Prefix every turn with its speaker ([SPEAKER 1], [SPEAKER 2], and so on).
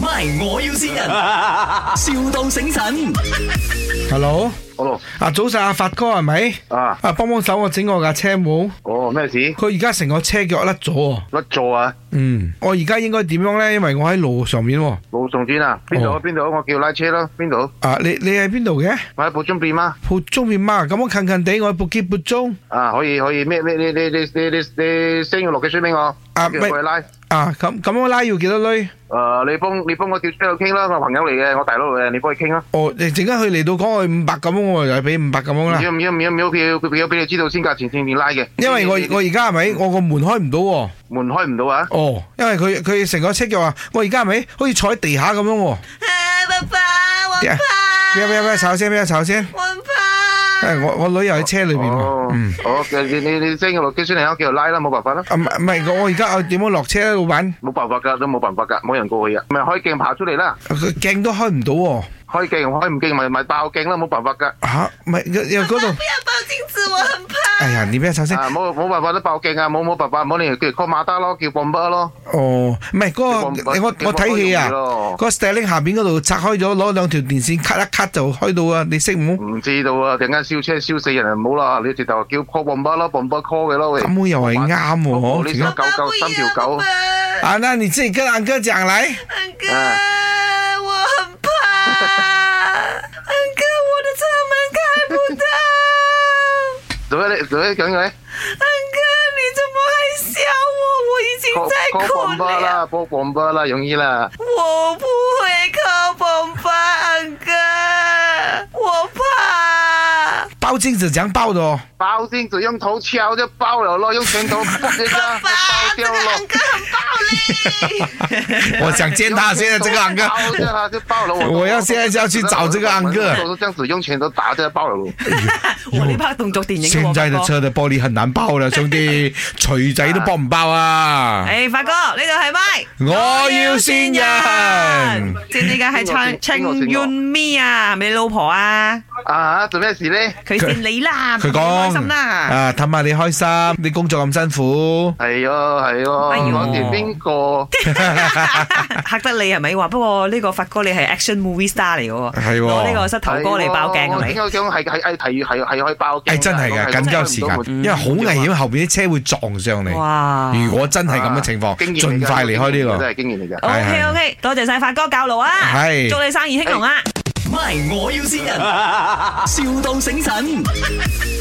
[SPEAKER 1] ，My 我要先人，,笑到醒神。
[SPEAKER 2] Hello，
[SPEAKER 3] 哦，
[SPEAKER 2] 啊早晨啊發哥係咪？
[SPEAKER 3] 啊
[SPEAKER 2] 啊幫幫手我整我架車冇，
[SPEAKER 3] 哦，咩事？
[SPEAKER 2] 佢而家成個車腳甩咗啊！
[SPEAKER 3] 甩座啊，
[SPEAKER 2] 嗯，我而家應該點樣呢？因為我喺路上面喎。
[SPEAKER 3] 路送轉啊，邊度
[SPEAKER 2] 哦
[SPEAKER 3] 啊邊度啊，我叫拉車咯，邊度？
[SPEAKER 2] 啊，你你喺邊度嘅？
[SPEAKER 3] 我喺寶中變嗎？
[SPEAKER 2] 蒲中變媽，咁我近近地，我喺布基布中。
[SPEAKER 3] 啊，可以可以，咩咩你你你你你你 send 個落嘅書俾我，
[SPEAKER 2] 啊
[SPEAKER 3] 叫我去拉。
[SPEAKER 2] 啊，咁咁我拉要幾多鐳？
[SPEAKER 3] 誒，你幫你幫我叫車去傾啦，我朋友嚟嘅，我大佬嚟嘅，你幫佢傾啦。
[SPEAKER 2] 哦，你陣間佢嚟到講我五百咁，我就俾五百咁樣啦。
[SPEAKER 3] 要唔要啊唔要唔要票票票俾你知道先價錢先至拉嘅。
[SPEAKER 2] 因為我
[SPEAKER 3] 啊
[SPEAKER 2] 我而家係咪我個門開唔到喎？
[SPEAKER 3] 門開唔到啊，
[SPEAKER 2] 哦，因為佢佢成個車腳話我而家係咪好似坐喺地下咁樣喎？
[SPEAKER 4] 啊，爸爸，我
[SPEAKER 2] 呀
[SPEAKER 4] 怕，
[SPEAKER 2] 咩啊咩咩，炒聲咩炒聲？
[SPEAKER 4] 我怕。
[SPEAKER 2] 誒，我我女又喺車裏邊喎
[SPEAKER 3] 哦。
[SPEAKER 2] 嗯。，
[SPEAKER 3] 哦，你你你 send 個落嘅書嚟，我叫佢拉啦，冇辦法啦。
[SPEAKER 2] 啊，唔唔係我我而家我點樣落車咧，老闆？
[SPEAKER 3] 冇辦法㗎，都冇辦法㗎，冇人過去啊。咪開鏡爬出嚟啦，
[SPEAKER 2] 佢鏡都開唔到喎。
[SPEAKER 3] 開鏡開唔鏡咪咪爆鏡啦，冇辦法㗎。
[SPEAKER 2] 嚇，唔係又嗰度
[SPEAKER 4] 不。要抱镜子，我很怕。
[SPEAKER 2] 哎呀，你咩首先？
[SPEAKER 3] 啊，冇冇辦法都爆鏡啊，冇冇辦法，冇你叫 call 馬達咯，叫 bomber 咯，
[SPEAKER 2] 哦，唔係嗰
[SPEAKER 3] 你
[SPEAKER 2] 個
[SPEAKER 3] 望
[SPEAKER 2] 我
[SPEAKER 3] 你
[SPEAKER 2] 我
[SPEAKER 3] 望
[SPEAKER 2] 睇戲啊，
[SPEAKER 3] 開容易咯
[SPEAKER 2] 個 styling 下邊嗰度拆開咗，攞兩條電線咔一咔就開到啊！你識唔好？
[SPEAKER 3] 唔知道啊，陣間燒車燒死人啊，唔好啦，你直頭叫 call bomber 咯，bomber call 嘅咯喂。哦
[SPEAKER 2] 咁又係啱喎，
[SPEAKER 3] 我
[SPEAKER 2] 我
[SPEAKER 3] 呢
[SPEAKER 2] 啊而家
[SPEAKER 3] 狗狗
[SPEAKER 4] 不要
[SPEAKER 3] 三條狗
[SPEAKER 4] 爸爸
[SPEAKER 2] 啊，那你自己跟阿哥講嚟。
[SPEAKER 4] 安哥，我很怕。安哥，我的车门开不到。
[SPEAKER 3] 做咩你做咩咁嘅
[SPEAKER 4] 安啊哥，你怎么还笑我？我已经
[SPEAKER 3] ？call
[SPEAKER 4] 在
[SPEAKER 3] call
[SPEAKER 4] 哭
[SPEAKER 3] bomber
[SPEAKER 4] 了。
[SPEAKER 3] 啦，call bomber 啦，容易啦。
[SPEAKER 4] 我不会靠蹦吧，安哥，我啊怕。
[SPEAKER 2] 包金子怎樣包的 哦？
[SPEAKER 3] 包钉子用頭敲就爆了咯，用拳頭啪一下就
[SPEAKER 4] 爸爸，
[SPEAKER 3] 爆
[SPEAKER 4] 这
[SPEAKER 3] 掉
[SPEAKER 4] 个
[SPEAKER 3] 咯
[SPEAKER 4] 啊安。哥很 暴力。
[SPEAKER 2] 我想見他現在這個 昂哥。
[SPEAKER 3] 用拳頭敲一下就爆了我。
[SPEAKER 2] 我要現在就要去找這個昂哥
[SPEAKER 3] 都是這樣子用拳頭打就爆了咯。
[SPEAKER 5] 我呢拍動作電影喎，
[SPEAKER 2] 現在的
[SPEAKER 5] 發哥。
[SPEAKER 2] 車的玻璃很難包了，兄弟， 錘仔都包唔包啊？
[SPEAKER 3] 哎
[SPEAKER 5] 誒，發哥，呢度係咪？
[SPEAKER 2] 我要先人。
[SPEAKER 5] 即係呢家係唱
[SPEAKER 3] 邊個邊個
[SPEAKER 5] 唱 You Me 啊，係咪你老婆啊？
[SPEAKER 3] 啊，做咩事咧？
[SPEAKER 5] 佢先你啦，
[SPEAKER 2] 佢
[SPEAKER 5] 氹你開
[SPEAKER 2] 講
[SPEAKER 5] 心啦。
[SPEAKER 2] 啊，氹下你開心，你工作咁辛苦，
[SPEAKER 3] 係啊係啊，
[SPEAKER 5] 哎呦
[SPEAKER 3] 講住邊個？
[SPEAKER 5] 嚇得你係咪？話不過呢個發哥你係 action movie star 嚟嘅喎，
[SPEAKER 2] 係喎
[SPEAKER 5] 攞呢個膝頭哥嚟爆鏡係啊
[SPEAKER 3] 我
[SPEAKER 5] 咪
[SPEAKER 3] 點？解咁係係係係係哎係可以爆鏡㗎？
[SPEAKER 2] 誒哎真係嘅，緊急時間，因為
[SPEAKER 3] 嗯
[SPEAKER 2] 好危險，後邊啲車會撞上你。
[SPEAKER 5] 哇
[SPEAKER 2] 如果真係咁嘅情況，
[SPEAKER 3] 啊經驗嚟㗎
[SPEAKER 2] 盡快離開呢個
[SPEAKER 3] 真。係經驗嚟㗎。
[SPEAKER 5] OK OK，多謝晒發哥教路啊，
[SPEAKER 2] 係
[SPEAKER 5] 祝你生意興隆啊！
[SPEAKER 1] My 我要先人，,笑到醒神。